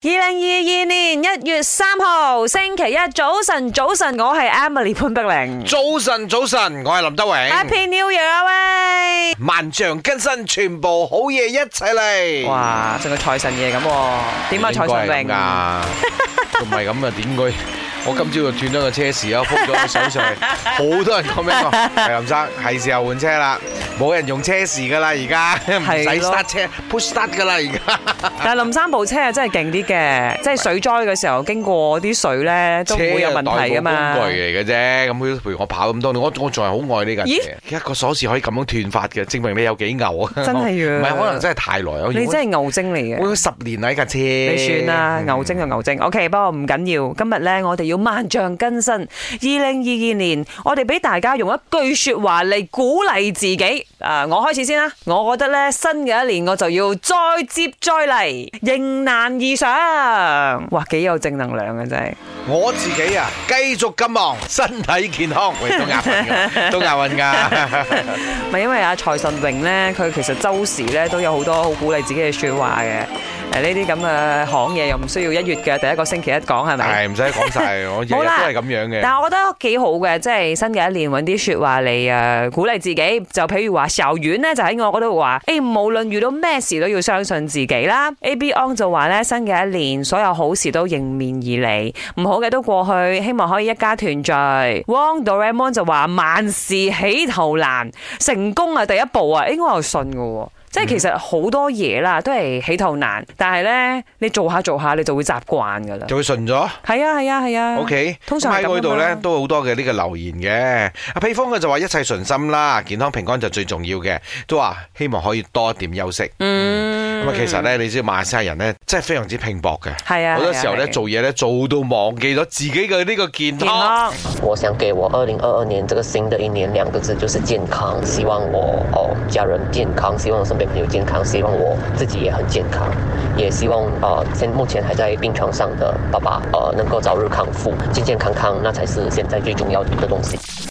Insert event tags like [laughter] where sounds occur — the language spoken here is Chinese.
二零二二年一月三號星期一早晨，早晨，我係 Emily 潘碧玲。早晨，早晨，我係林德榮。 Happy New Year 啊喂！萬象更新，全部好嘢一齊嚟。哇，仲有財神爺咁喎，點啊財神榮？應該係咁 [laughs] 㗎？唔係咁啊，點佢？ [laughs] 我今朝就斷咗個車匙啊，封咗個 [laughs] 手上嚟，好多人 comment 話：，係林生，係時候換車啦，冇人用車匙噶啦，而家 [laughs] 唔使係咯 start 車，push start 噶啦，而家但係林山部車啊真係勁啲嘅，即係水災嘅時候經過啲水咧 [laughs] 都唔會有問題噶嘛車。係代步工具嚟嘅啫，咁佢陪我跑咁多年，我我仲係好愛呢架咦車，一個鎖匙可以咁樣斷法嘅，證明你有幾牛啊！真係㗎 [laughs] 唔係可能真係太耐，我你真係牛精嚟我嘅。有十年啦呢架車，嗯你你算啦，牛精就牛精。OK，不過唔緊要。今日咧，我哋要萬象更新。二零二二年，我哋俾大家用一句说話嚟鼓勵自己。啊，我開始先啦。我覺得咧，新嘅一年我就要再接再厲，迎難而上。哇，幾有正能量啊！真係。我自己啊，繼續咁忙，身體健康，喂，都押韻 [laughs] 㗎，都押韻㗎。咪因為阿財神榮咧，佢其實周時咧都有好多好鼓勵自己嘅説話嘅。誒呢啲咁嘅行嘢又唔需要一月嘅第一個星期一講係咪？係唔使講 [laughs] 晒，我日日都冇啦係咁樣嘅。但係我覺得幾好嘅，即係新嘅一年揾啲説話嚟呃誒鼓勵自己。就譬如話邵遠咧，就喺我嗰度話：，誒、無論遇到咩事都要相信自己啦。A B On 就話咧，新嘅一年所有好事都迎面而嚟，唔好嘅都過去，希望可以一家團聚。Wong Doraemon 就話萬事起頭難，成功啊第一步啊，應該我信嘅喎。即係其實好多嘢啦，都係起頭難，但係咧你做下做下你就會習慣㗎啦。就會順咗。係啊係啊係啊。 O K，通常係咁喺㗎嘛我度咧都好多嘅呢個留言嘅。阿披風嘅就話一切順心啦，健康平安就最重要嘅，都話希望可以多一點休息。嗯，咁啊，其實咧，你知馬來西亞人咧真係非常之拼搏嘅。係啊好多係啊時候咧係啊做嘢咧做到忘記咗自己嘅呢個健健康。康。我想给我二零二二年这个新的一年两个字就是健康，希望我哦家人健康，希望我身边朋友健康，希望我自己也很健康，也希望呃现目前还在病床上的爸爸呃能够早日康复，健健康康，那才是现在最重要的东西。